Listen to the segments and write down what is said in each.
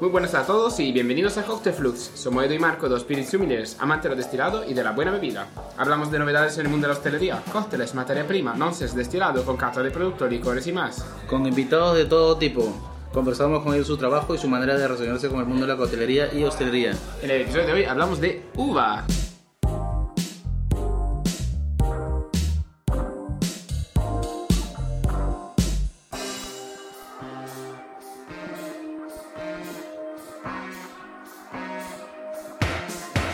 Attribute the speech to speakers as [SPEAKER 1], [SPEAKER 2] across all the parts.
[SPEAKER 1] Muy buenas a todos y bienvenidos a Cocktail Flux. Somos Edo y Marco, dos Spirit Sumilers, amantes de los destilados y de la buena bebida. Hablamos de novedades en el mundo de la hostelería, cócteles, materia prima, nonces, destilados, con cartas de productos, licores y más.
[SPEAKER 2] con invitados de todo tipo. Conversamos con ellos su trabajo y su manera de relacionarse con el mundo de la cotelería y hostelería.
[SPEAKER 1] En el episodio de hoy hablamos de uva.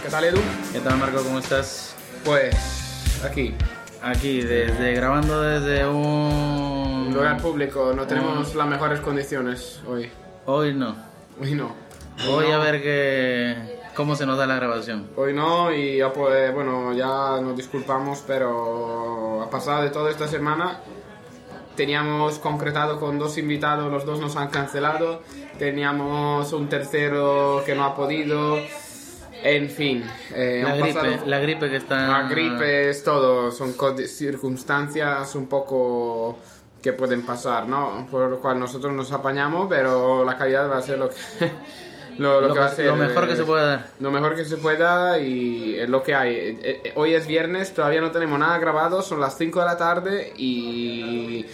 [SPEAKER 1] ¿Qué tal Edu?
[SPEAKER 2] ¿Qué tal Marco? ¿Cómo estás?
[SPEAKER 1] Pues aquí,
[SPEAKER 2] Aquí, desde grabando desde un...
[SPEAKER 1] en lugar público, no
[SPEAKER 2] Ah.
[SPEAKER 1] tenemos las mejores condiciones hoy.
[SPEAKER 2] Hoy no.
[SPEAKER 1] Hoy no.
[SPEAKER 2] Hoy a ver qué... cómo se nos da la grabación.
[SPEAKER 1] Hoy no y ya pues, bueno, ya nos disculpamos, pero a pasar de toda esta semana teníamos concretado con dos invitados, los dos nos han cancelado, teníamos un tercero que no ha podido, en fin, eh,
[SPEAKER 2] La
[SPEAKER 1] han
[SPEAKER 2] gripe,
[SPEAKER 1] pasado-
[SPEAKER 2] la gripe que está...
[SPEAKER 1] la gripe es todo, son co- circunstancias un poco que pueden pasar, ¿no? Por lo cual nosotros nos apañamos, pero la calidad va a ser lo que, lo, lo
[SPEAKER 2] Lo
[SPEAKER 1] que va a
[SPEAKER 2] que-
[SPEAKER 1] ser.
[SPEAKER 2] lo mejor que
[SPEAKER 1] eh,
[SPEAKER 2] se pueda dar.
[SPEAKER 1] Lo mejor que se pueda y es lo que hay. Eh, eh, Hoy es viernes, todavía no tenemos nada grabado, son las 5 de la tarde y.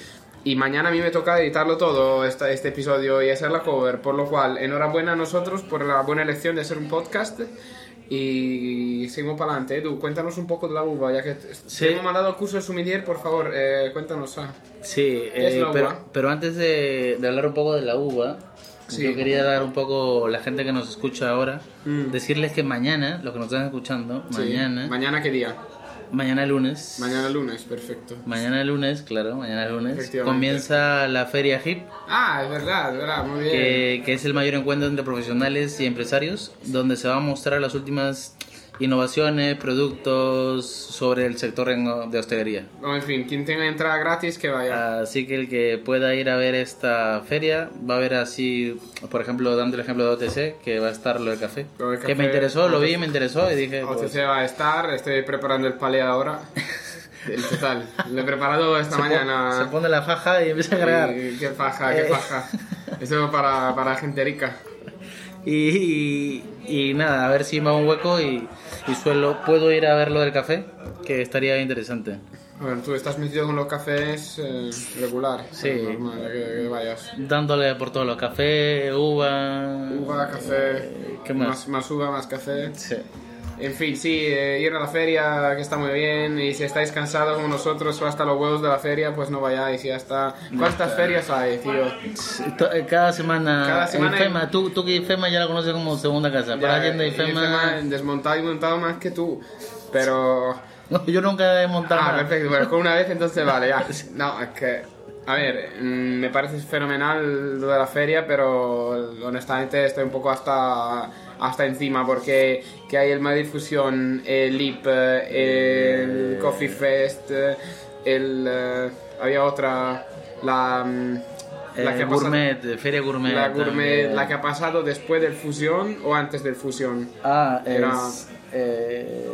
[SPEAKER 1] Y mañana a mí me toca editarlo todo, esta- este episodio y hacer la cover. Por lo cual, enhorabuena a nosotros por la buena elección de hacer un podcast. Y seguimos para adelante. Edu, cuéntanos un poco de la uva, ya que te-
[SPEAKER 2] Sí.
[SPEAKER 1] te hemos mandado al curso de sumiller, por favor, eh, cuéntanos. ah.
[SPEAKER 2] Sí,
[SPEAKER 1] es
[SPEAKER 2] eh,
[SPEAKER 1] la uva?
[SPEAKER 2] pero, pero antes de, de hablar un poco de la uva,
[SPEAKER 1] Sí.
[SPEAKER 2] yo quería dar un poco la gente que nos escucha ahora,
[SPEAKER 1] Mm.
[SPEAKER 2] decirles que mañana, los que nos están escuchando,
[SPEAKER 1] Sí.
[SPEAKER 2] mañana, ¿eh?
[SPEAKER 1] ¿Mañana qué día?
[SPEAKER 2] mañana lunes,
[SPEAKER 1] Mañana lunes, perfecto.
[SPEAKER 2] mañana lunes, claro, mañana lunes,
[SPEAKER 1] Efectivamente.
[SPEAKER 2] comienza la Feria HIP,
[SPEAKER 1] Ah, es verdad, es verdad, muy bien.
[SPEAKER 2] que, que es el mayor encuentro entre profesionales y empresarios, donde se va a mostrar las últimas innovaciones, productos sobre el sector en- de hostelería.
[SPEAKER 1] Bueno, en fin, quien tenga entrada gratis que vaya.
[SPEAKER 2] Así que el que pueda ir a ver esta feria va a ver así, por ejemplo, dando el ejemplo de OTC, que va a estar lo de café.
[SPEAKER 1] Lo del
[SPEAKER 2] que me
[SPEAKER 1] café,
[SPEAKER 2] interesó, lo vi,
[SPEAKER 1] OTC.
[SPEAKER 2] me interesó y dije,
[SPEAKER 1] O
[SPEAKER 2] pues,
[SPEAKER 1] se va a estar, estoy preparando el palé ahora. El total, lo he preparado esta
[SPEAKER 2] se, po- se
[SPEAKER 1] mañana.
[SPEAKER 2] pone la faja y empieza a cargar.
[SPEAKER 1] Y- qué paja, qué
[SPEAKER 2] Eh.
[SPEAKER 1] paja. Eso para, para gente rica.
[SPEAKER 2] Y, y- y nada, a ver si me hago un hueco y, y suelo, puedo ir a ver lo del café, que estaría interesante.
[SPEAKER 1] A ver, tú estás metido con los cafés eh, regular.
[SPEAKER 2] Sí.
[SPEAKER 1] eh, normal, que, que vayas.
[SPEAKER 2] Dándole por todos los cafés, uva...
[SPEAKER 1] Uva, café,
[SPEAKER 2] eh, ¿Qué más?
[SPEAKER 1] Más, más uva, más café.
[SPEAKER 2] Sí.
[SPEAKER 1] En fin, sí, eh, ir a la feria, que está muy bien, y si estáis cansados como nosotros o hasta los huevos de la feria, pues no vayáis, ya está. ¿Cuántas ferias hay, tío?
[SPEAKER 2] To- eh, Cada semana,
[SPEAKER 1] Cada semana-
[SPEAKER 2] Infema, tú, tú que Infema ya la conoces como segunda casa. Para la tienda
[SPEAKER 1] eh,
[SPEAKER 2] Infema-
[SPEAKER 1] Ifema desmontado y montado más que tú. Pero.
[SPEAKER 2] No, yo nunca he montado.
[SPEAKER 1] Ah,
[SPEAKER 2] nada.
[SPEAKER 1] perfecto. Bueno, con una vez entonces vale, ya. No, es que. A ver, mm, me parece fenomenal lo de la feria, pero honestamente estoy un poco hasta, hasta encima porque que hay el Madrid Fusión, el IP, el Coffee Fest, el... eh, había otra, la... mm, que
[SPEAKER 2] Eh,
[SPEAKER 1] ha pasado-
[SPEAKER 2] gourmet, eh, feria gourmet.
[SPEAKER 1] la gourmet,
[SPEAKER 2] también.
[SPEAKER 1] la que ha pasado después del Fusión o antes del Fusión.
[SPEAKER 2] Ah,
[SPEAKER 1] Era-
[SPEAKER 2] es, eh,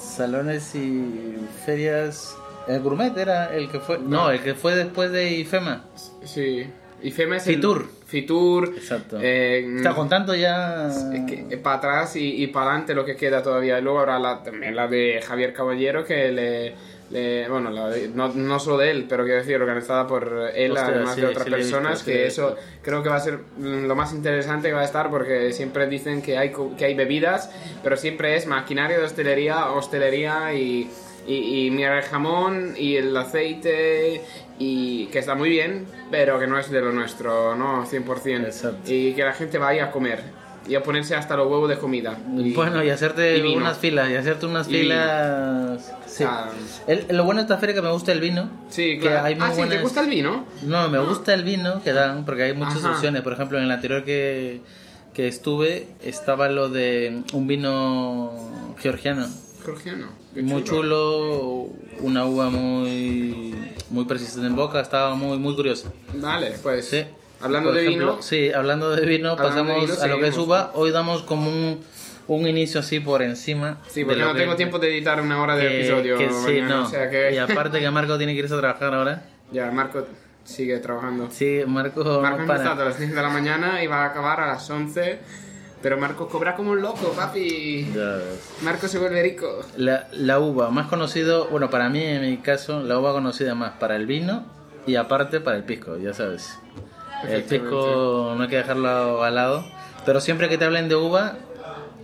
[SPEAKER 2] salones y ferias. El gourmet era el que fue. No, el que fue después de IFEMA.
[SPEAKER 1] Sí. Y FEMA es
[SPEAKER 2] Fitur.
[SPEAKER 1] El, Fitur.
[SPEAKER 2] Exacto.
[SPEAKER 1] eh,
[SPEAKER 2] Está con tanto ya.
[SPEAKER 1] es
[SPEAKER 2] Mm.
[SPEAKER 1] que para atrás y, para adelante lo que queda todavía. Y luego habrá la, también la de Javier Caballero que le... le- bueno, la de- no, no solo de él, pero quiero decir, organizada por él,
[SPEAKER 2] Hostia,
[SPEAKER 1] además
[SPEAKER 2] sí,
[SPEAKER 1] de otras
[SPEAKER 2] sí lo he visto,
[SPEAKER 1] personas,
[SPEAKER 2] sí lo
[SPEAKER 1] que
[SPEAKER 2] he
[SPEAKER 1] eso
[SPEAKER 2] visto.
[SPEAKER 1] creo que va a ser mm, lo más interesante que va a estar porque siempre dicen que hay, co- que hay bebidas, pero siempre es maquinaria de hostelería, hostelería y, y, y mira el jamón y el aceite y que está muy bien, pero que no es de lo nuestro, ¿no? 100%.
[SPEAKER 2] Exacto.
[SPEAKER 1] Y que la gente vaya a comer y a ponerse hasta los huevos de comida. Y-
[SPEAKER 2] Mm, Bueno, y hacerte
[SPEAKER 1] y vino.
[SPEAKER 2] unas filas, y hacerte unas
[SPEAKER 1] Y vino.
[SPEAKER 2] filas. Sí.
[SPEAKER 1] Ah.
[SPEAKER 2] El- lo bueno de esta feria es que me gusta el vino.
[SPEAKER 1] Sí,
[SPEAKER 2] que
[SPEAKER 1] claro.
[SPEAKER 2] hay muy
[SPEAKER 1] ah, sí, ¿te
[SPEAKER 2] buenas-
[SPEAKER 1] gusta el vino?
[SPEAKER 2] No, me gusta el vino que dan, porque hay muchas
[SPEAKER 1] Ajá.
[SPEAKER 2] opciones. Por ejemplo, en el anterior que, que estuve, estaba lo de un vino georgiano.
[SPEAKER 1] Georgiano. Qué
[SPEAKER 2] Muy chulo, una uva muy, muy persistente en boca, estaba muy, muy curiosa.
[SPEAKER 1] Vale, pues.
[SPEAKER 2] Sí.
[SPEAKER 1] Hablando
[SPEAKER 2] Por
[SPEAKER 1] de
[SPEAKER 2] ejemplo,
[SPEAKER 1] vino.
[SPEAKER 2] Sí, hablando de vino,
[SPEAKER 1] Hablando de
[SPEAKER 2] pasamos
[SPEAKER 1] vino,
[SPEAKER 2] a lo que es
[SPEAKER 1] seguimos.
[SPEAKER 2] uva. Hoy damos como un, un inicio así por encima.
[SPEAKER 1] Sí,
[SPEAKER 2] de
[SPEAKER 1] porque
[SPEAKER 2] lo
[SPEAKER 1] no
[SPEAKER 2] que-
[SPEAKER 1] tengo tiempo de editar una hora de
[SPEAKER 2] que-
[SPEAKER 1] episodio.
[SPEAKER 2] que sí,
[SPEAKER 1] mañana,
[SPEAKER 2] no.
[SPEAKER 1] O sea que.
[SPEAKER 2] Y aparte que Marco tiene que irse a trabajar ahora.
[SPEAKER 1] Ya, Marco. sigue trabajando.
[SPEAKER 2] Sí, Marco,
[SPEAKER 1] Marco
[SPEAKER 2] no
[SPEAKER 1] ha
[SPEAKER 2] para.
[SPEAKER 1] empezado a las 10 de la mañana y va a acabar a las 11. Pero Marco cobra como un loco, papi.
[SPEAKER 2] Ya ves.
[SPEAKER 1] Marco se vuelve rico.
[SPEAKER 2] La, la uva más conocido, bueno, para mí en mi caso, la uva conocida más para el vino y aparte para el pisco, ya sabes. El pisco no hay que dejarlo al lado, pero siempre que te hablen de uva,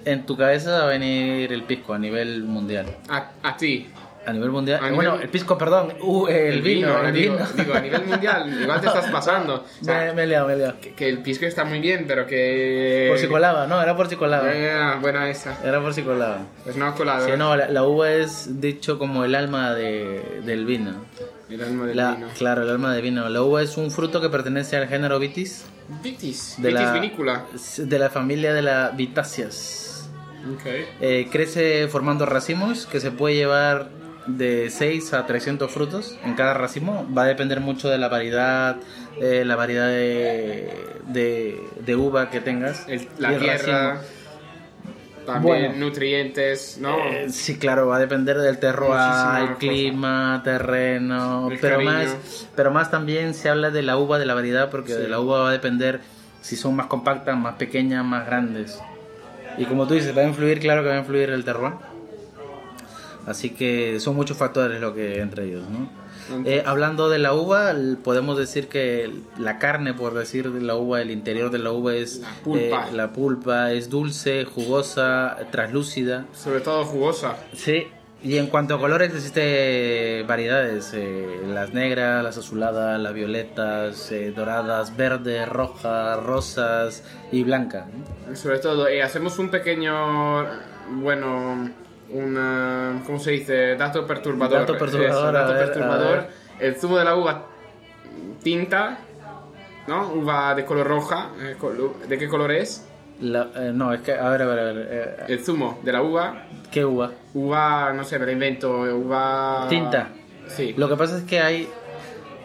[SPEAKER 2] en tu cabeza va a venir el pisco a nivel mundial.
[SPEAKER 1] A, a ti.
[SPEAKER 2] A nivel mundial, Eh,
[SPEAKER 1] A
[SPEAKER 2] bueno,
[SPEAKER 1] nivel-
[SPEAKER 2] el pisco, perdón, uh, el, vino, el
[SPEAKER 1] digo,
[SPEAKER 2] vino.
[SPEAKER 1] digo, a nivel mundial, igual te estás pasando. O sea,
[SPEAKER 2] me, me he liado, me he liado.
[SPEAKER 1] que, que el pisco está muy bien, pero que.
[SPEAKER 2] Por si colaba, no, era por si colaba.
[SPEAKER 1] Eh, buena esa.
[SPEAKER 2] Era por si colaba.
[SPEAKER 1] Pues no ha colado.
[SPEAKER 2] Sí, no, la, la uva es dicho como el alma de- del vino.
[SPEAKER 1] El alma del
[SPEAKER 2] La-
[SPEAKER 1] vino.
[SPEAKER 2] Claro, el alma de vino. La uva es un fruto que pertenece al género vitis
[SPEAKER 1] Vitis.
[SPEAKER 2] de
[SPEAKER 1] Vitis
[SPEAKER 2] la
[SPEAKER 1] vinícola.
[SPEAKER 2] de la familia de las vitáceas.
[SPEAKER 1] Ok.
[SPEAKER 2] Eh, crece formando racimos que se puede llevar de 6 a 300 frutos en cada racimo. Va a depender mucho de la variedad, eh, la variedad de, de, de uva que tengas.
[SPEAKER 1] El-
[SPEAKER 2] y
[SPEAKER 1] la
[SPEAKER 2] el
[SPEAKER 1] tierra.
[SPEAKER 2] racimo.
[SPEAKER 1] También
[SPEAKER 2] Bueno.
[SPEAKER 1] nutrientes, ¿no?
[SPEAKER 2] Eh, sí, claro, va a depender del terroir,
[SPEAKER 1] Muchísimas
[SPEAKER 2] el clima, terreno,
[SPEAKER 1] El
[SPEAKER 2] pero
[SPEAKER 1] cariño.
[SPEAKER 2] más, pero más también se habla de la uva, de la variedad, porque de la uva va a depender si son más compactas, más pequeñas, más grandes. Y como tú dices, va a influir, claro que va a influir el terroir. Así que son muchos factores lo que entre ellos, ¿no?
[SPEAKER 1] Entonces-
[SPEAKER 2] Eh, hablando de la uva, l- podemos decir que el- la carne, por decir de la uva, el interior de la uva es
[SPEAKER 1] La pulpa.
[SPEAKER 2] eh, la pulpa es dulce, jugosa, translúcida.
[SPEAKER 1] Sobre todo jugosa.
[SPEAKER 2] Sí, y en cuanto a colores, existe variedades: eh, las negras, las azuladas, las violetas, eh, doradas, verdes, rojas, rosas y blanca.
[SPEAKER 1] Sobre todo, eh, hacemos un pequeño, bueno, un, ¿cómo se dice? Dato perturbador.
[SPEAKER 2] Dato perturbador,
[SPEAKER 1] Eso, dato
[SPEAKER 2] a ver,
[SPEAKER 1] perturbador.
[SPEAKER 2] a ver.
[SPEAKER 1] El zumo de la uva tinta, ¿no? Uva de color roja. eh, colo- ¿De qué color es?
[SPEAKER 2] La- eh, no, es que, a ver, a ver, a ver. eh,
[SPEAKER 1] El zumo de la uva.
[SPEAKER 2] ¿Qué uva?
[SPEAKER 1] Uva, no sé, me la invento. eh, Uva...
[SPEAKER 2] Tinta.
[SPEAKER 1] Sí.
[SPEAKER 2] Lo que pasa es que hay,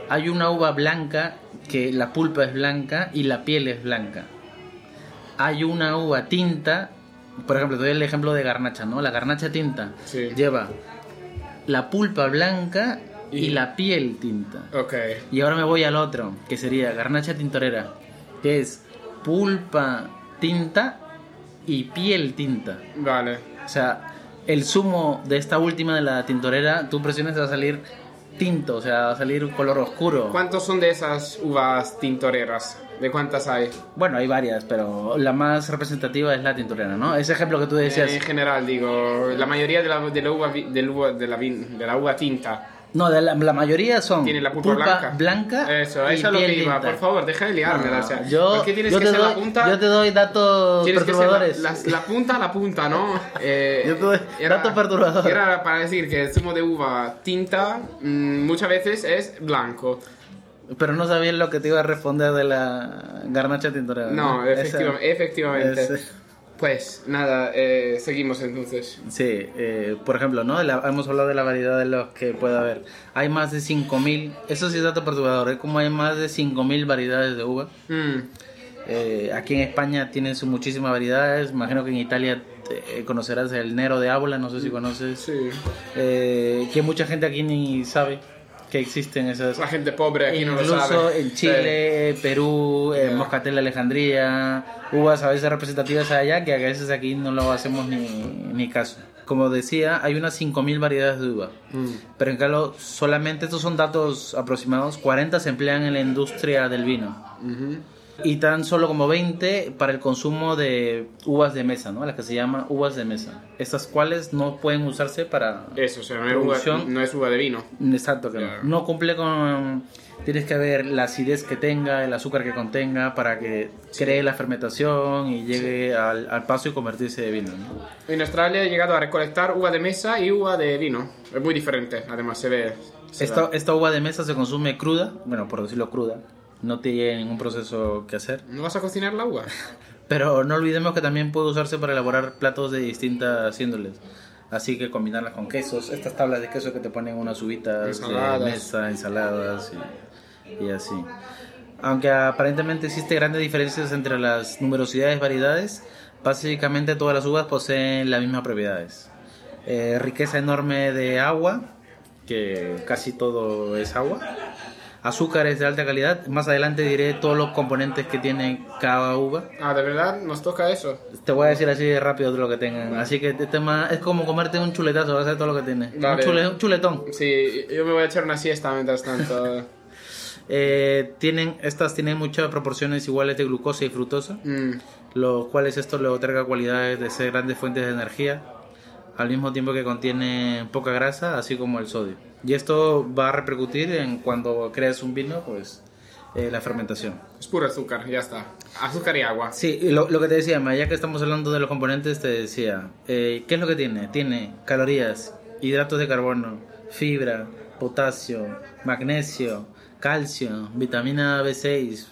[SPEAKER 2] hay una uva blanca que la pulpa es blanca y la piel es blanca. Hay una uva tinta, por ejemplo, te doy el ejemplo de garnacha, ¿no? La garnacha tinta
[SPEAKER 1] Sí.
[SPEAKER 2] lleva la pulpa blanca y,
[SPEAKER 1] Y-
[SPEAKER 2] la piel tinta.
[SPEAKER 1] Ok.
[SPEAKER 2] Y ahora me voy al otro, que sería garnacha tintorera, que es pulpa tinta y piel tinta.
[SPEAKER 1] Vale.
[SPEAKER 2] O sea, el zumo de esta última de la tintorera, tú presiones y va a salir tinto, o sea, va a salir un color oscuro.
[SPEAKER 1] ¿Cuántos son de esas uvas tintoreras? ¿De cuántas hay?
[SPEAKER 2] Bueno, hay varias, pero la más representativa es la tintorera, ¿no? Ese ejemplo que tú decías.
[SPEAKER 1] En general, digo, la mayoría de la, de la uva, vi- del uva- de, la vin- de la uva tinta
[SPEAKER 2] No, de la, la mayoría son
[SPEAKER 1] tiene la pulpa, blanca. Eso,
[SPEAKER 2] y
[SPEAKER 1] eso es lo
[SPEAKER 2] piel
[SPEAKER 1] que iba.
[SPEAKER 2] tinta.
[SPEAKER 1] Por favor, deja de liarme.
[SPEAKER 2] No,
[SPEAKER 1] o sea,
[SPEAKER 2] yo,
[SPEAKER 1] ¿Por qué tienes
[SPEAKER 2] yo
[SPEAKER 1] que
[SPEAKER 2] te
[SPEAKER 1] ser
[SPEAKER 2] doy,
[SPEAKER 1] la punta?
[SPEAKER 2] Yo te doy datos
[SPEAKER 1] Tienes que ser la,
[SPEAKER 2] perturbadores.
[SPEAKER 1] las- la punta a la punta, ¿no? Eh,
[SPEAKER 2] Yo te doy dato perturbador.
[SPEAKER 1] Era para decir que el zumo de uva tinta mm, muchas veces es blanco.
[SPEAKER 2] Pero no sabías lo que te iba a responder de la garnacha tintorera.
[SPEAKER 1] No,
[SPEAKER 2] Ah, Esa-
[SPEAKER 1] efectivamente. efectivamente.
[SPEAKER 2] ese-
[SPEAKER 1] Pues nada, eh, seguimos entonces.
[SPEAKER 2] Sí, eh, por ejemplo, ¿no? La- hemos hablado de la variedad de los que puede haber. Hay más de 5.000, eso sí es dato perturbador, ¿eh? Como hay más de 5.000 variedades de uva.
[SPEAKER 1] Mm,
[SPEAKER 2] Eh, aquí en España tienen sus muchísimas variedades, imagino que en Italia eh, conocerás el Nero de Ábola, no sé si conoces,
[SPEAKER 1] sí.
[SPEAKER 2] eh, que mucha gente aquí ni sabe que existen esas.
[SPEAKER 1] La gente pobre aquí no lo
[SPEAKER 2] Incluso
[SPEAKER 1] sabe.
[SPEAKER 2] en Chile, Perú, en
[SPEAKER 1] Ya.
[SPEAKER 2] Moscatel, Alejandría, uvas a veces representativas allá que a veces aquí no lo hacemos ni, ni caso. Como decía, hay unas 5.000 variedades de uva.
[SPEAKER 1] Sí. Mm.
[SPEAKER 2] Pero en Carlos, solamente estos son datos aproximados, 40 se emplean en la industria del vino.
[SPEAKER 1] Ujú.
[SPEAKER 2] Y tan solo como 20 para el consumo de uvas de mesa, ¿no? Las que se llaman uvas de mesa. Estas cuales no pueden usarse para...
[SPEAKER 1] Eso, o sea, no es, uva,
[SPEAKER 2] Producción.
[SPEAKER 1] no es uva de vino.
[SPEAKER 2] Exacto, que no.
[SPEAKER 1] Claro.
[SPEAKER 2] No cumple con... Tienes que ver la acidez que tenga, el azúcar que contenga, para que cree la fermentación y llegue al, al paso y convertirse de vino. ¿no?
[SPEAKER 1] En Australia he llegado a recolectar uva de mesa y uva de vino. Es muy diferente, además se ve. se
[SPEAKER 2] Esta,
[SPEAKER 1] da.
[SPEAKER 2] esta uva de mesa se consume cruda, bueno, por decirlo cruda, no tiene ningún proceso que hacer.
[SPEAKER 1] ¿No vas a cocinar la uva?
[SPEAKER 2] Pero no olvidemos que también puede usarse para elaborar platos de distintas índoles. Así que combinarlas con quesos, estas tablas de queso que te ponen unas uvitas
[SPEAKER 1] Ensaladas.
[SPEAKER 2] de mesa, ensaladas y, y así. Aunque aparentemente existe grandes diferencias entre las numerosidades variedades, básicamente todas las uvas poseen las mismas propiedades. Eh, riqueza enorme de agua, que casi todo es agua. azúcares de alta calidad. Más adelante diré todos los componentes que tiene cada uva.
[SPEAKER 1] Ah, de verdad, nos toca eso.
[SPEAKER 2] Te voy a decir así de rápido de lo que tengan. Así que este tema es como comerte un chuletazo, vas a ver todo lo que tiene.
[SPEAKER 1] Vale.
[SPEAKER 2] Un, chule- un chuletón.
[SPEAKER 1] Sí, yo me voy a echar una siesta mientras tanto.
[SPEAKER 2] Eh, tienen, estas tienen muchas proporciones iguales de glucosa y fructosa,
[SPEAKER 1] Mm,
[SPEAKER 2] los cuales esto le otorga cualidades de ser grandes fuentes de energía, al mismo tiempo que contiene poca grasa, así como el sodio. Y esto va a repercutir en cuando creas un vino, pues eh, la fermentación.
[SPEAKER 1] es puro azúcar, ya está. Azúcar y agua.
[SPEAKER 2] Sí, y lo, lo que te decía, Ma, ya que estamos hablando de los componentes, te decía, eh, ¿qué es lo que tiene? Tiene calorías, hidratos de carbono, fibra, potasio, magnesio, calcio, vitamina B6,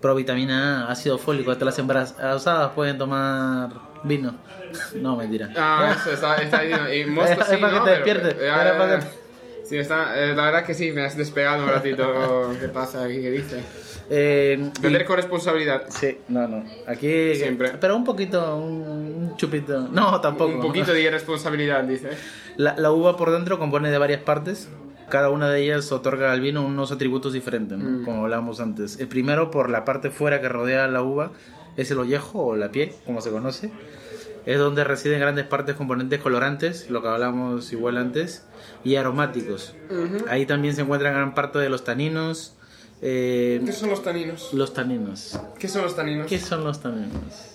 [SPEAKER 2] provitamina A, ácido fólico. Hasta las embarazadas pueden tomar vino. No, mentira.
[SPEAKER 1] Ah, eso está, está ahí. Y mosco
[SPEAKER 2] Era
[SPEAKER 1] sí,
[SPEAKER 2] para que
[SPEAKER 1] ¿no?
[SPEAKER 2] te
[SPEAKER 1] Pero-
[SPEAKER 2] despiertes,
[SPEAKER 1] ya,
[SPEAKER 2] era
[SPEAKER 1] ya,
[SPEAKER 2] para
[SPEAKER 1] ya.
[SPEAKER 2] que
[SPEAKER 1] Sí, está, eh, la verdad que sí, me has despegado un ratito. ¿Qué pasa aquí? ¿Qué dice?
[SPEAKER 2] Eh, y-
[SPEAKER 1] Beber con responsabilidad.
[SPEAKER 2] Sí, no, no. Aquí.
[SPEAKER 1] Siempre.
[SPEAKER 2] Pero un poquito, un, un chupito. No, tampoco.
[SPEAKER 1] Un poquito de irresponsabilidad, dice.
[SPEAKER 2] La, la uva por dentro compone de varias partes. Cada una de ellas otorga al vino unos atributos diferentes, ¿no? como hablábamos antes. El primero, por la parte fuera que rodea la uva, es el ollejo o la piel, como se conoce. Es donde residen grandes partes componentes colorantes, lo que hablamos igual antes, y aromáticos. Ahí también se encuentran gran parte de los taninos. eh,
[SPEAKER 1] ¿Qué son los taninos?
[SPEAKER 2] los taninos.
[SPEAKER 1] ¿Qué son los taninos?
[SPEAKER 2] ¿Qué son los taninos?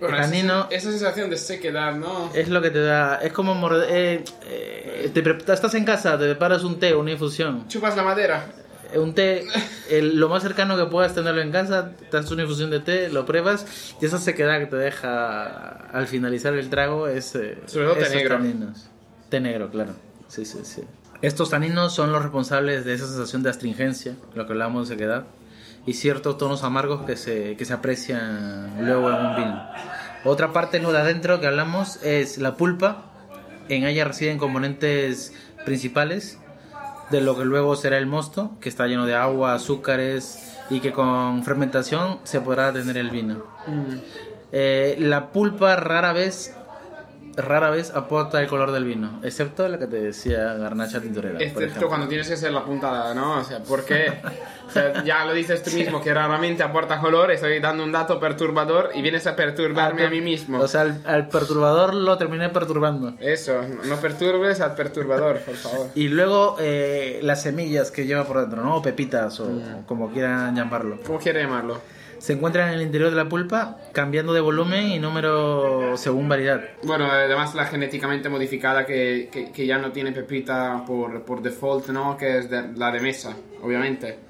[SPEAKER 1] Bueno,
[SPEAKER 2] el
[SPEAKER 1] esa-
[SPEAKER 2] tanino- Eh.
[SPEAKER 1] Esa, sensación de sequedad, ¿no?
[SPEAKER 2] Es lo que te da, es como morder, eh, eh, te pre- estás en casa, te preparas un té, una infusión,
[SPEAKER 1] Chupas la madera.
[SPEAKER 2] Eh, un té, el- lo más cercano que puedas tenerlo en casa, te haces una infusión de té, lo pruebas y esa sequedad que te deja al finalizar el trago es eh,
[SPEAKER 1] Sobre todo té
[SPEAKER 2] esos
[SPEAKER 1] negro.
[SPEAKER 2] taninos. Té negro, claro. Sí, sí, sí. Estos taninos son los responsables de esa sensación de astringencia, lo que hablábamos de sequedad, y ciertos tonos amargos que se, que se aprecian luego en un vino. Otra parte, lo de adentro que hablamos, es la pulpa. En ella residen componentes principales, de lo que luego será el mosto, que está lleno de agua, azúcares y que con fermentación se podrá tener el vino. Eh, la pulpa rara vez rara vez aporta el color del vino, excepto la que te decía garnacha tintorera. por
[SPEAKER 1] Excepto
[SPEAKER 2] ejemplo.
[SPEAKER 1] cuando tienes que hacer la puntada, ¿no? O sea, porque o sea, ya lo dices tú mismo, que raramente aporta color, estoy dando un dato perturbador y vienes a perturbarme a mí mismo.
[SPEAKER 2] O sea, al, al perturbador lo terminé perturbando.
[SPEAKER 1] Eso, no perturbes al perturbador, por favor.
[SPEAKER 2] Y luego eh, las semillas que lleva por dentro, ¿no? O pepitas o como quieran llamarlo.
[SPEAKER 1] ¿Cómo quiere llamarlo?
[SPEAKER 2] Se encuentran en el interior de la pulpa, cambiando de volumen y número según variedad.
[SPEAKER 1] Bueno, además la genéticamente modificada que, que, que ya no tiene pepita por, por default, ¿no? Que es de- la de mesa, obviamente.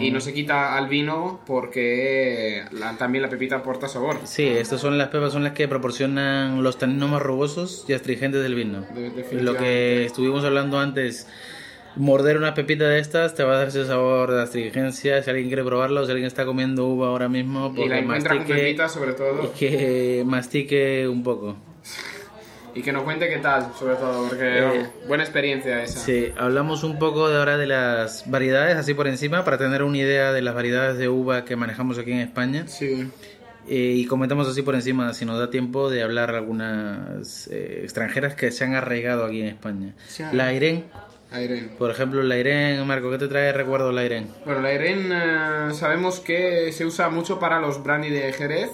[SPEAKER 1] Y no se quita al vino porque la- también la pepita aporta sabor.
[SPEAKER 2] Sí, estas son las pepas, son las que proporcionan los taninos más rugosos y astringentes del vino.
[SPEAKER 1] De- definitivamente.
[SPEAKER 2] Lo que estuvimos hablando antes, morder una pepita de estas te va a dar ese sabor de astringencia. Si alguien quiere probarlo, si alguien está comiendo uva ahora mismo,
[SPEAKER 1] Y la
[SPEAKER 2] porque
[SPEAKER 1] encuentra con
[SPEAKER 2] mastique,
[SPEAKER 1] pepita sobre todo.
[SPEAKER 2] y que mastique un poco.
[SPEAKER 1] Y que nos cuente qué tal, sobre todo, porque
[SPEAKER 2] Eh,
[SPEAKER 1] vamos, buena experiencia esa.
[SPEAKER 2] Sí, hablamos un poco de ahora de las variedades, así por encima, para tener una idea de las variedades de uva que manejamos aquí en España.
[SPEAKER 1] Sí.
[SPEAKER 2] Eh, y comentamos así por encima, si nos da tiempo, de hablar algunas eh, extranjeras que se han arraigado aquí en España.
[SPEAKER 1] Sí.
[SPEAKER 2] La Irene,
[SPEAKER 1] Irene.
[SPEAKER 2] por ejemplo, la Irene, Marco, ¿qué te trae recuerdo la Irene?
[SPEAKER 1] Bueno, la Irene eh, sabemos que se usa mucho para los brandy de Jerez.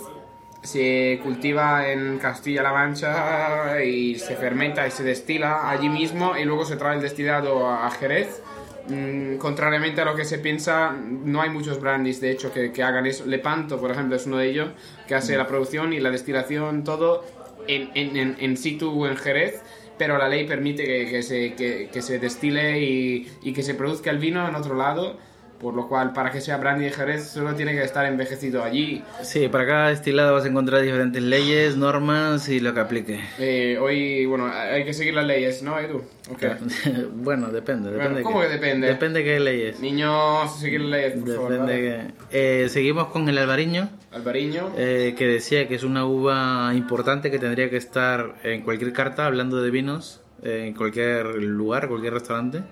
[SPEAKER 1] Se cultiva en Castilla-La Mancha y se fermenta y se destila allí mismo y luego se trae el destilado a a Jerez. Mm, contrariamente a lo que se piensa, no hay muchos brandies de hecho que, que hagan eso. Lepanto, por ejemplo, es uno de ellos que hace la producción y la destilación, todo en, en, en, en situ en Jerez. Pero la ley permite que, que se, que, que se destile y, y que se produzca el vino en otro lado, por lo cual para que sea brandy de Jerez solo tiene que estar envejecido allí.
[SPEAKER 2] Sí, para cada destilado vas a encontrar diferentes leyes, normas y lo que aplique.
[SPEAKER 1] Eh, hoy, bueno, hay que seguir las leyes, ¿no, Edu? Ok.
[SPEAKER 2] bueno, depende, depende.
[SPEAKER 1] Bueno, ¿cómo que depende?
[SPEAKER 2] Depende qué leyes.
[SPEAKER 1] Niños, seguir las leyes, por favor.
[SPEAKER 2] Depende
[SPEAKER 1] ¿vale?
[SPEAKER 2] qué- eh, seguimos con el albariño.
[SPEAKER 1] Alvariño.
[SPEAKER 2] eh, que decía que es una uva importante que tendría que estar en cualquier carta hablando de vinos, eh, en cualquier lugar, cualquier restaurante,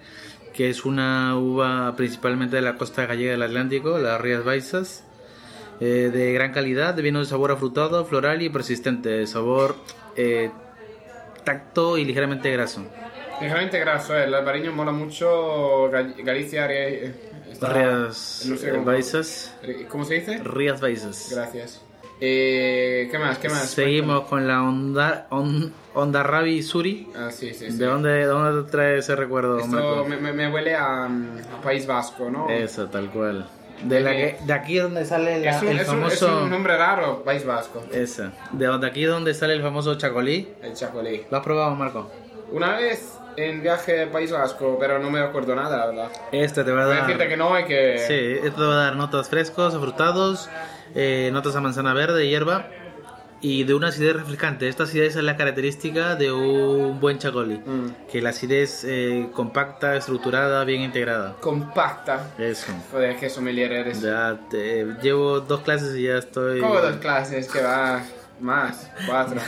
[SPEAKER 2] que es una uva principalmente de la costa gallega del Atlántico, las Rías Baixas, eh, de gran calidad, de vino de sabor afrutado, floral y persistente, de sabor eh, tacto y ligeramente graso.
[SPEAKER 1] Ligeramente graso, eh, el albariño mola mucho Gal- Galicia, Rie- Está-
[SPEAKER 2] Rías
[SPEAKER 1] no sé cómo-
[SPEAKER 2] Baisas.
[SPEAKER 1] ¿Cómo se dice?
[SPEAKER 2] Rías Baisas.
[SPEAKER 1] Gracias. Eh, ¿Qué más? ¿Qué más?
[SPEAKER 2] Seguimos con la Onda, on- onda Rabi Suri.
[SPEAKER 1] Ah, sí, sí, sí.
[SPEAKER 2] ¿De pues. dónde, de dónde te trae ese recuerdo,
[SPEAKER 1] Esto
[SPEAKER 2] Marco?
[SPEAKER 1] me, me- me huele a, mm, a País Vasco, ¿no?
[SPEAKER 2] Eso, tal cual. De, la que- de aquí donde sale la-
[SPEAKER 1] Es un,
[SPEAKER 2] el
[SPEAKER 1] es un- es
[SPEAKER 2] famoso...
[SPEAKER 1] un nombre raro, País Vasco.
[SPEAKER 2] Esa. De donde aquí donde sale el famoso chacolí.
[SPEAKER 1] El chacolí.
[SPEAKER 2] ¿Lo has probado, Marco?
[SPEAKER 1] Una vez en viaje a País Vasco, pero no me acuerdo nada, la verdad.
[SPEAKER 2] Este te va a
[SPEAKER 1] Voy a
[SPEAKER 2] dar.
[SPEAKER 1] decirte que no hay que...
[SPEAKER 2] Sí, esto te va a dar notas frescos, afrutados, eh, notas a manzana verde, hierba y de una acidez refrescante. Esta acidez es la característica de un buen chacolí.
[SPEAKER 1] Mm.
[SPEAKER 2] Que la acidez eh, compacta, estructurada, bien integrada.
[SPEAKER 1] Compacta.
[SPEAKER 2] Eso.
[SPEAKER 1] Joder, qué sommelier eres.
[SPEAKER 2] Ya te- llevo dos clases y ya estoy.
[SPEAKER 1] Como Pues, dos clases que va más, cuatro.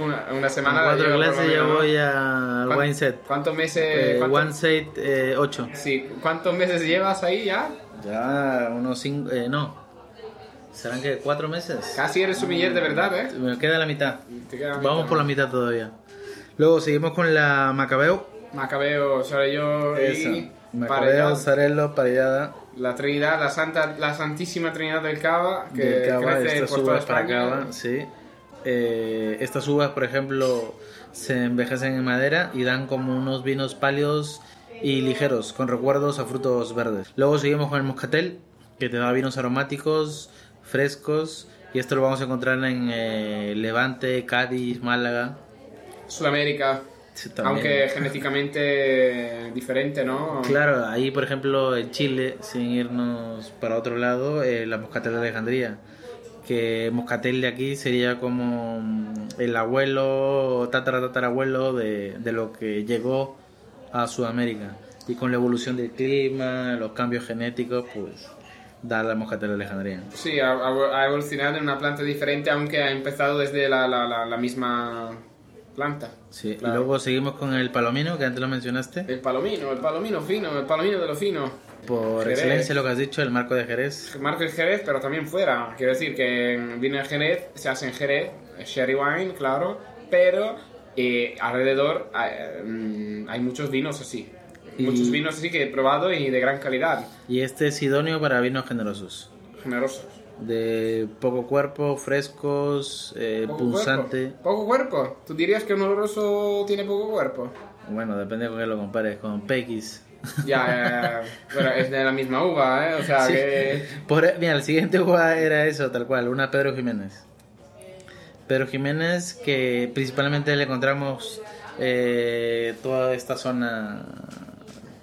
[SPEAKER 1] Una, una
[SPEAKER 2] con
[SPEAKER 1] semana. la
[SPEAKER 2] cuatro
[SPEAKER 1] llevo por lo
[SPEAKER 2] clases ya
[SPEAKER 1] menos, ¿no?
[SPEAKER 2] voy a
[SPEAKER 1] ¿Cuán-
[SPEAKER 2] wine set.
[SPEAKER 1] ¿Cuántos meses?
[SPEAKER 2] Eh,
[SPEAKER 1] cuánto-
[SPEAKER 2] wine set eh, 8.
[SPEAKER 1] sí, ¿Cuántos meses llevas ahí ya?
[SPEAKER 2] Ya unos cinco, eh, no. ¿Serán que cuatro meses?
[SPEAKER 1] Casi eres sommelier de verdad, ¿eh?
[SPEAKER 2] Me queda la mitad.
[SPEAKER 1] Te queda
[SPEAKER 2] Vamos por la mitad todavía. Luego seguimos con la Macabeo.
[SPEAKER 1] Macabeo, Sorello y
[SPEAKER 2] Macabeo,
[SPEAKER 1] Parellada.
[SPEAKER 2] Zarello, Parellada.
[SPEAKER 1] La Trinidad, la Santa, la Santísima Trinidad del Cava, que
[SPEAKER 2] del Cava,
[SPEAKER 1] crece
[SPEAKER 2] estas
[SPEAKER 1] por toda
[SPEAKER 2] uvas para
[SPEAKER 1] España.
[SPEAKER 2] Cava, sí. Eh, estas uvas, por ejemplo, se envejecen en madera y dan como unos vinos pálidos y ligeros, con recuerdos a frutos verdes. Luego seguimos con el moscatel, que te da vinos aromáticos, frescos, y esto lo vamos a encontrar en eh, Levante, Cádiz, Málaga.
[SPEAKER 1] Sudamérica,
[SPEAKER 2] Sí, también.
[SPEAKER 1] aunque genéticamente diferente, ¿no?
[SPEAKER 2] Claro, ahí por ejemplo en Chile, sin irnos para otro lado, eh, la moscatel de Alejandría. Que moscatel de aquí sería como mm, el abuelo, o tatara tatarabuelo de, de lo que llegó a Sudamérica. Y con la evolución del clima, los cambios genéticos, pues da la moscatel de Alejandría.
[SPEAKER 1] Sí, ha, ha- ha evolucionado en una planta diferente, aunque ha empezado desde la, la, la, la misma planta.
[SPEAKER 2] Sí,
[SPEAKER 1] Claro.
[SPEAKER 2] Y luego seguimos con el palomino, que antes lo mencionaste.
[SPEAKER 1] El palomino, el palomino fino, el palomino de lo fino.
[SPEAKER 2] Por
[SPEAKER 1] Jerez.
[SPEAKER 2] excelencia lo que has dicho, el marco de Jerez.
[SPEAKER 1] Marco el Jerez, pero también fuera. Quiero decir que mm, vino en Jerez, se hace en Jerez, sherry wine, claro, pero eh, alrededor eh, mm, hay muchos vinos así.
[SPEAKER 2] Y-
[SPEAKER 1] Muchos vinos así que he probado y de gran calidad,
[SPEAKER 2] Y este es idóneo para vinos generosos.
[SPEAKER 1] generosos.
[SPEAKER 2] de poco cuerpo, frescos, eh,
[SPEAKER 1] Poco
[SPEAKER 2] punzante.
[SPEAKER 1] Cuerpo. ¿Poco cuerpo? ¿Tú dirías que un oloroso tiene poco cuerpo?
[SPEAKER 2] Bueno, depende con qué lo compares, con Pequis.
[SPEAKER 1] Ya, ya, ya. Bueno, es de la misma uva, ¿eh? O sea,
[SPEAKER 2] Sí.
[SPEAKER 1] que...
[SPEAKER 2] Por- e, mira, el siguiente uva era eso, tal cual, una Pedro Jiménez. Pedro Jiménez, que principalmente le encontramos eh, toda esta zona,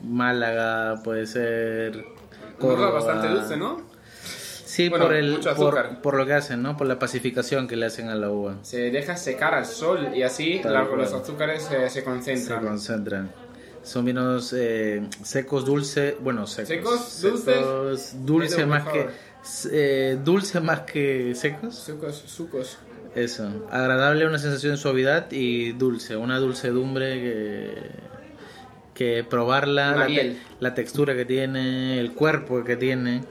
[SPEAKER 2] Málaga, puede ser.
[SPEAKER 1] Un uva
[SPEAKER 2] Córdoba.
[SPEAKER 1] bastante dulce, ¿no?
[SPEAKER 2] Sí,
[SPEAKER 1] Bueno,
[SPEAKER 2] por, el,
[SPEAKER 1] mucho
[SPEAKER 2] por,
[SPEAKER 1] azúcar.
[SPEAKER 2] por lo que hacen, ¿no? Por la pacificación que le hacen a la uva.
[SPEAKER 1] Se deja secar al sol y así
[SPEAKER 2] Tal
[SPEAKER 1] la-
[SPEAKER 2] cual.
[SPEAKER 1] los azúcares eh, se
[SPEAKER 2] Se
[SPEAKER 1] concentran.
[SPEAKER 2] concentran. Son vinos eh, secos, dulces, bueno, secos.
[SPEAKER 1] Secos, dulces,
[SPEAKER 2] Secos, dulce
[SPEAKER 1] pero
[SPEAKER 2] más
[SPEAKER 1] mejor.
[SPEAKER 2] que eh, dulce más que secos.
[SPEAKER 1] Sucos, sucos.
[SPEAKER 2] Eso. Agradable, una sensación de suavidad y dulce, una dulcedumbre que que probarla,
[SPEAKER 1] Una
[SPEAKER 2] la,
[SPEAKER 1] miel.
[SPEAKER 2] la textura que tiene, el cuerpo que tiene.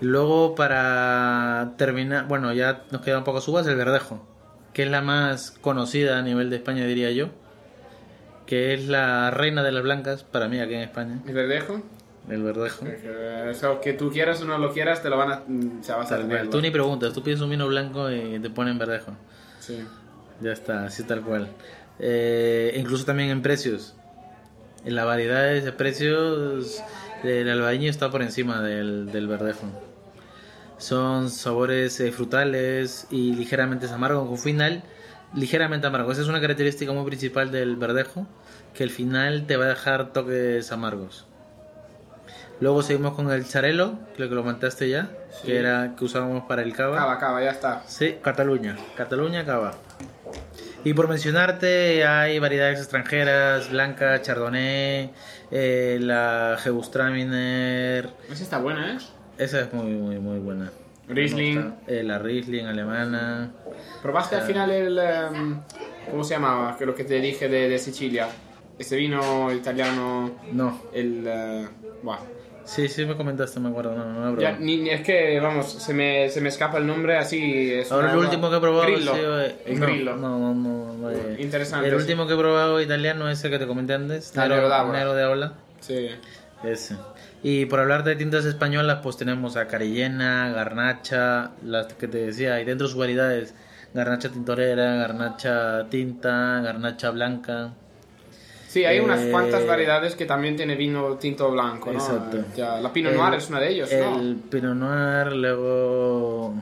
[SPEAKER 2] Luego para terminar, bueno, ya nos quedan pocas uvas, el verdejo, que es la más conocida a nivel de España, diría yo, que es la reina de las blancas, para mí aquí en España,
[SPEAKER 1] El verdejo.
[SPEAKER 2] el verdejo.
[SPEAKER 1] Eh, O sea, que tú quieras o no lo quieras, te lo van a. mm, Se vas a
[SPEAKER 2] Tal cual.
[SPEAKER 1] tenerlo.
[SPEAKER 2] Tú ni preguntas, tú pides un vino blanco y te ponen verdejo.
[SPEAKER 1] Sí.
[SPEAKER 2] Ya está, así tal cual. Eh, incluso también en precios. En las variedades de precios, el albañil está por encima del, del verdejo. Son sabores eh, frutales y ligeramente amargos, con un final ligeramente amargo. Esa es una característica muy principal del verdejo, que el final te va a dejar toques amargos. Luego seguimos con el charelo, creo que lo comentaste ya,
[SPEAKER 1] Sí.
[SPEAKER 2] que era que usábamos para el
[SPEAKER 1] Cava, cava, ya está.
[SPEAKER 2] Sí, Cataluña. Cataluña acaba. Y por mencionarte, hay variedades extranjeras, blanca, chardonnay, eh, la Gewürztraminer.
[SPEAKER 1] Esa está buena, ¿eh?
[SPEAKER 2] Esa es muy, muy, muy buena.
[SPEAKER 1] Riesling.
[SPEAKER 2] Me gusta. Eh, la Riesling alemana.
[SPEAKER 1] ¿Probaste al final el. em, ¿Cómo se llamaba? Que lo que te dije de, de Sicilia. Ese vino italiano.
[SPEAKER 2] No.
[SPEAKER 1] El. eh, buah.
[SPEAKER 2] Sí, sí me comentaste, me acuerdo. No, no, no,
[SPEAKER 1] Ya, ni- ni- es que, vamos, se me, se me escapa el nombre así. es
[SPEAKER 2] Ahora
[SPEAKER 1] una-
[SPEAKER 2] el último que he probado ha
[SPEAKER 1] Grillo.
[SPEAKER 2] sido, eh,
[SPEAKER 1] El
[SPEAKER 2] no,
[SPEAKER 1] grillo.
[SPEAKER 2] No, no, no, no, eh.
[SPEAKER 1] Interesante,
[SPEAKER 2] El
[SPEAKER 1] sí.
[SPEAKER 2] último que he probado italiano es el que te comenté antes.
[SPEAKER 1] Ah, Nero d'Avola.
[SPEAKER 2] Nero de Ola.
[SPEAKER 1] Sí.
[SPEAKER 2] Ese. Y por hablar de tintas españolas, pues tenemos a Carillena, Garnacha, las que te decía, hay dentro sus variedades. Garnacha tintorera, garnacha tinta, garnacha blanca.
[SPEAKER 1] Sí, hay unas
[SPEAKER 2] Eh,
[SPEAKER 1] cuantas variedades que también tiene vino tinto blanco, ¿no?
[SPEAKER 2] Exacto.
[SPEAKER 1] Ya, la Pinot
[SPEAKER 2] El-
[SPEAKER 1] Noir es una de ellos,
[SPEAKER 2] El
[SPEAKER 1] ¿no?
[SPEAKER 2] Pinot Noir, luego...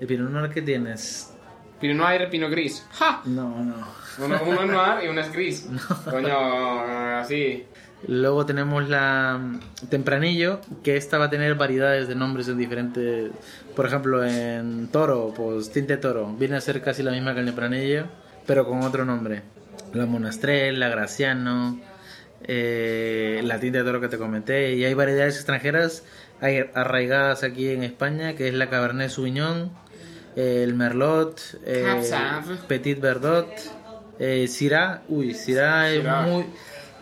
[SPEAKER 2] ¿El Pinot Noir qué tienes?
[SPEAKER 1] Pinot Noir, Pinot Gris. ¡Ja!
[SPEAKER 2] No, no.
[SPEAKER 1] Uno, uno es noir y uno es gris. Coño, así.
[SPEAKER 2] Luego tenemos la mm, Tempranillo, que esta va a tener variedades de nombres en diferentes... Por ejemplo, en Toro, pues Tinte Toro. Viene a ser casi la misma que el Tempranillo, pero con otro nombre. La Monastrel, la Graciano, eh, la Tinte Toro que te comenté. Y hay variedades extranjeras hay arraigadas aquí en España, que es la Cabernet Sauvignon, eh, el Merlot, eh,
[SPEAKER 1] Cap Sav.
[SPEAKER 2] Petit Verdot, eh, Syrah. Uy, Syrah es
[SPEAKER 1] Syrah.
[SPEAKER 2] muy...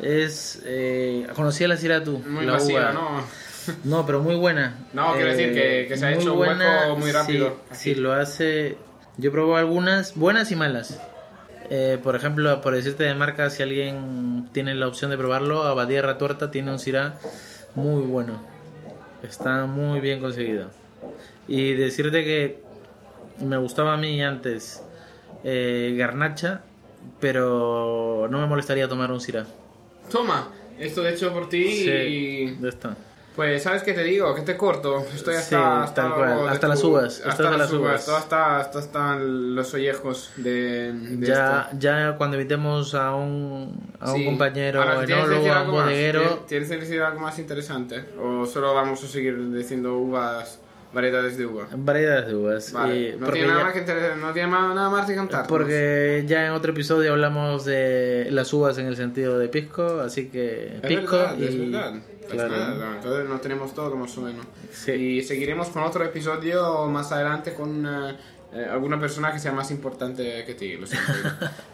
[SPEAKER 2] Es. Eh, conocía la Syrah tú.
[SPEAKER 1] Muy
[SPEAKER 2] la
[SPEAKER 1] masiva,
[SPEAKER 2] uva.
[SPEAKER 1] ¿no?
[SPEAKER 2] No, pero muy buena. Eh,
[SPEAKER 1] No, quiero decir que- que se ha
[SPEAKER 2] muy
[SPEAKER 1] hecho un hueco muy rápido.
[SPEAKER 2] Sí, sí, lo hace. Yo probé algunas buenas y malas. Eh, por ejemplo, por decirte de marca, si alguien tiene la opción de probarlo, Abadía Ratuerta tiene un Syrah muy bueno. Está muy bien conseguido. Y decirte que me gustaba a mí antes eh, Garnacha, pero no me molestaría tomar un Syrah.
[SPEAKER 1] Toma, esto hecho por ti y...
[SPEAKER 2] ya está.
[SPEAKER 1] Pues, ¿sabes qué te digo? Que te corto. Estoy hasta...
[SPEAKER 2] Sí,
[SPEAKER 1] hasta,
[SPEAKER 2] tal
[SPEAKER 1] lo
[SPEAKER 2] cual.
[SPEAKER 1] de
[SPEAKER 2] Hasta las uvas,
[SPEAKER 1] Hasta,
[SPEAKER 2] hasta
[SPEAKER 1] las
[SPEAKER 2] las
[SPEAKER 1] uvas.
[SPEAKER 2] uvas.
[SPEAKER 1] todo Hasta, hasta, hasta los ollejos de, de
[SPEAKER 2] Ya,
[SPEAKER 1] esto.
[SPEAKER 2] ya cuando invitemos a un, a un
[SPEAKER 1] Sí.
[SPEAKER 2] compañero
[SPEAKER 1] Ahora, ¿tienes que
[SPEAKER 2] enólogo,
[SPEAKER 1] decir
[SPEAKER 2] a un
[SPEAKER 1] algo más?
[SPEAKER 2] bodeguero,
[SPEAKER 1] ¿Tienes que decir algo más interesante? ¿O solo vamos a seguir diciendo uvas, variedades de uva?
[SPEAKER 2] variedades de uvas.
[SPEAKER 1] Vale.
[SPEAKER 2] Y-
[SPEAKER 1] no,
[SPEAKER 2] porque
[SPEAKER 1] tiene nada
[SPEAKER 2] ya-
[SPEAKER 1] más que inter- no tiene ma- nada más que cantar.
[SPEAKER 2] porque ya en otro episodio hablamos de las uvas en el sentido de pisco, así que
[SPEAKER 1] Es
[SPEAKER 2] pisco
[SPEAKER 1] verdad,
[SPEAKER 2] y
[SPEAKER 1] es verdad. Pues
[SPEAKER 2] claro.
[SPEAKER 1] nada, entonces no tenemos todo como menos.
[SPEAKER 2] Sí.
[SPEAKER 1] Y seguiremos con otro episodio más adelante con eh, eh, alguna persona que sea más importante que ti, lo siento.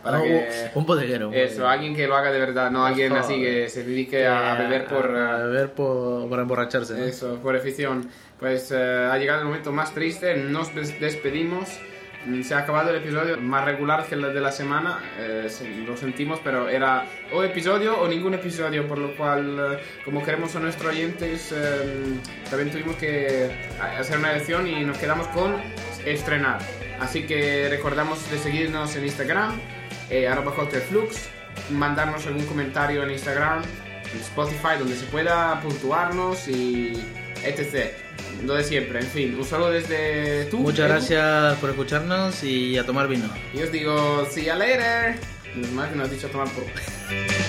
[SPEAKER 1] Para
[SPEAKER 2] Ah,
[SPEAKER 1] que,
[SPEAKER 2] un bodeguero. un
[SPEAKER 1] eso,
[SPEAKER 2] bodeguero.
[SPEAKER 1] alguien que lo haga de verdad, no alguien así que se dedique a beber por...
[SPEAKER 2] a
[SPEAKER 1] eh,
[SPEAKER 2] beber por, por emborracharse. ¿no?
[SPEAKER 1] eso, por afición. Pues eh, ha llegado el momento más triste, nos des- despedimos. Mm, Se ha acabado el episodio más regular que el de la semana, eh, se- lo sentimos, pero era o episodio o ningún episodio, por lo cual, eh, como queremos a nuestros oyentes, eh, también tuvimos que a- hacer una elección y nos quedamos con estrenar. Así que recordamos de seguirnos en Instagram, eh, arroba cóctelflux, mandarnos algún comentario en Instagram, en Spotify, donde se pueda puntuarnos y etc. Lo de siempre, en fin, un saludo desde tú.
[SPEAKER 2] Muchas
[SPEAKER 1] Edu,
[SPEAKER 2] gracias por escucharnos y a tomar vino.
[SPEAKER 1] Y os digo, see ya later. Menos mal que no has dicho tomar por.